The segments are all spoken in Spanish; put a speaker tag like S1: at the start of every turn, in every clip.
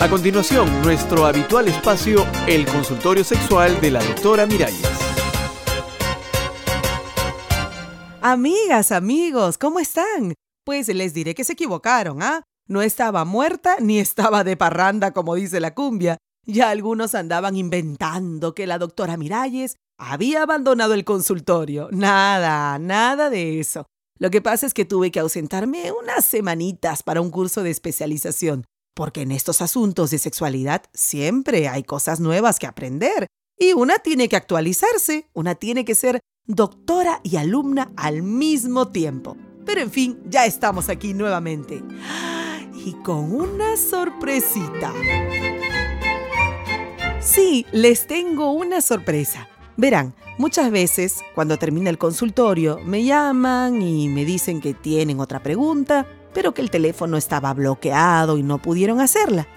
S1: A continuación, nuestro habitual espacio, el consultorio sexual de la doctora Miralles.
S2: Amigas, amigos, ¿cómo están? Pues les diré que se equivocaron, ¿ah? No estaba muerta ni estaba de parranda, como dice la cumbia. Ya algunos andaban inventando que la doctora Miralles había abandonado el consultorio. Nada, nada de eso. Lo que pasa es que tuve que ausentarme unas semanitas para un curso de especialización, porque en estos asuntos de sexualidad siempre hay cosas nuevas que aprender y una tiene que actualizarse, una tiene que ser doctora y alumna al mismo tiempo. Pero en fin, ya estamos aquí nuevamente. ¡Ah! Y con una sorpresita. Sí, les tengo una sorpresa. Verán, muchas veces cuando termina el consultorio me llaman y me dicen que tienen otra pregunta, pero que el teléfono estaba bloqueado y no pudieron hacerla.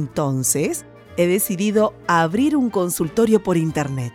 S2: Entonces, he decidido abrir un consultorio por internet,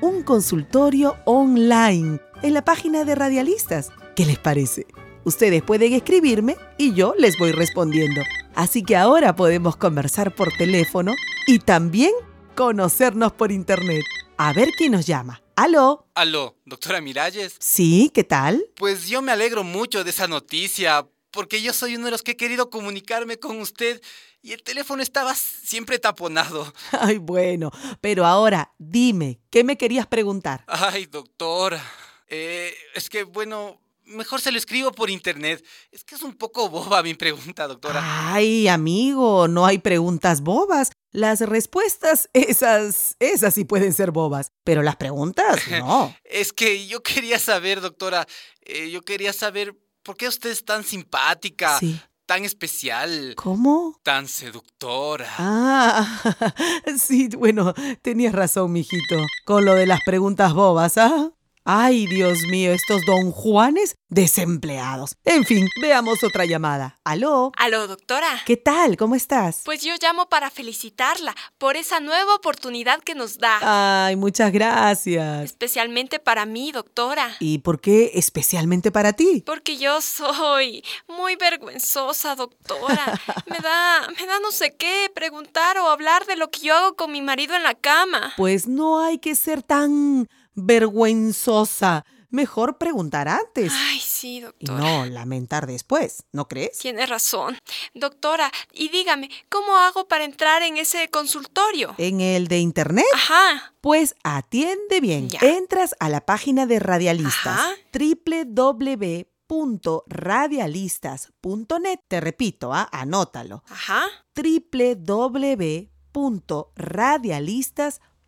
S2: un consultorio online en la página de Radialistas. ¿Qué les parece? Ustedes pueden escribirme y yo les voy respondiendo. Así que ahora podemos conversar por teléfono y también conocernos por internet. A ver quién nos llama. ¿Aló?
S3: Aló, doctora Miralles.
S2: Sí, ¿qué tal?
S3: Pues yo me alegro mucho de esa noticia, porque yo soy uno de los que he querido comunicarme con usted y el teléfono estaba siempre taponado.
S2: Ay, bueno, pero ahora dime, ¿qué me querías preguntar?
S3: Ay, doctora. eh, es que, bueno, mejor se lo escribo por internet. Es que es un poco boba mi pregunta, doctora.
S2: Ah. Ay, amigo, no hay preguntas bobas. Las respuestas, esas, esas sí pueden ser bobas, pero las preguntas, no.
S3: Es que yo quería saber, doctora, eh, yo quería saber por qué usted es tan simpática,
S2: Sí.
S3: tan especial,
S2: Eh, ¿Cómo?
S3: tan seductora.
S2: Ah, sí, bueno, tenías razón, mijito, con lo de las preguntas bobas, ¿ah? Ay, Dios mío, estos don Juanes desempleados. En fin, veamos otra llamada. Aló.
S4: Aló, doctora.
S2: ¿Qué tal? ¿Cómo estás?
S4: Pues yo llamo para felicitarla por esa nueva oportunidad que nos
S2: Ah.
S4: da.
S2: Ay, muchas gracias.
S4: Especialmente para mí, doctora.
S2: ¿Y por qué especialmente para ti?
S4: Porque yo soy muy vergüenzosa, doctora. Me da, me da no sé qué preguntar o hablar de lo que yo hago con mi marido en la cama.
S2: Pues no hay que ser tan vergüenzosa. Mejor preguntar antes
S4: Ay, sí,
S2: Pues, y
S4: Ah, doctora.
S2: no lamentar después, ¿no crees?
S4: Tiene razón. Doctora, y dígame, ¿cómo hago para entrar en ese consultorio?
S2: En el de internet.
S4: Ajá.
S2: Pues atiende bien.
S4: Ya.
S2: Entras a la página de Radialistas,
S4: Ajá.
S2: www.radialistas.net. Te repito, ah, anótalo.
S4: Ajá.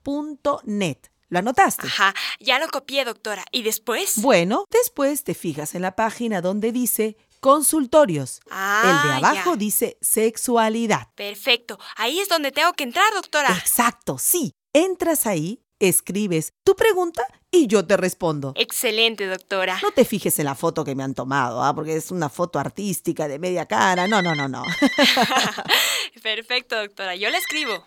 S2: www.radialistas.net. ¿Lo anotaste?
S4: Ajá. Ya lo copié, doctora. ¿Y después?
S2: Bueno, después te fijas en la página donde dice consultorios.
S4: Ah,
S2: El de abajo
S4: ya.
S2: dice sexualidad.
S4: Perfecto. Ahí es donde tengo que entrar, doctora.
S2: Exacto, sí. Entras ahí, escribes tu pregunta y yo te respondo.
S4: Excelente, doctora.
S2: No te fijes en la foto que me han tomado, ¿ah? porque es una foto artística de media cara. No, no, no, no.
S4: Perfecto, doctora. Yo le escribo.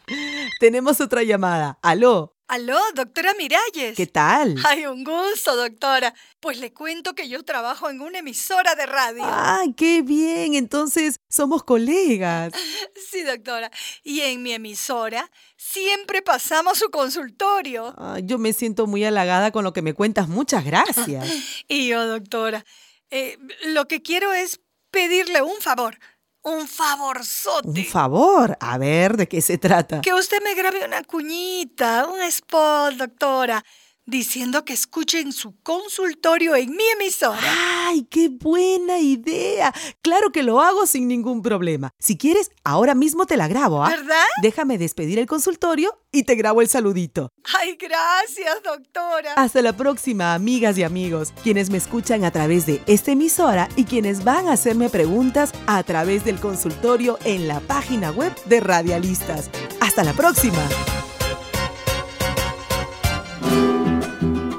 S2: Tenemos otra llamada. Aló,
S5: Aló, doctora Miralles.
S2: ¿qué tal?
S5: Ay, un gusto, doctora. Pues le cuento que yo trabajo en una emisora de radio.
S2: Ah, qué bien. Entonces somos colegas.
S5: Sí, doctora. Y en mi emisora siempre pasamos su consultorio.
S2: Ah, yo me siento muy halagada con lo que me cuentas. Muchas gracias.
S5: Y yo, doctora, eh, lo que quiero es pedirle un favor. Un favorzote.
S2: Un favor. A ver, ¿de qué se trata?
S5: que usted me grabe una cuñita, un spot, doctora, diciendo que escuchen su consultorio en mi emisora.
S2: ¡Ay, qué buena idea! Claro que lo hago sin ningún problema. Si quieres, ahora mismo te la grabo, ¿ah?
S5: ¿Verdad?
S2: Déjame despedir el consultorio y te grabo el saludito.
S5: Ay, gracias, doctora.
S2: Hasta la próxima, amigas y amigos, quienes me escuchan a través de esta emisora y quienes van a hacerme preguntas a través del consultorio en la página web de Radialistas. Hasta la próxima.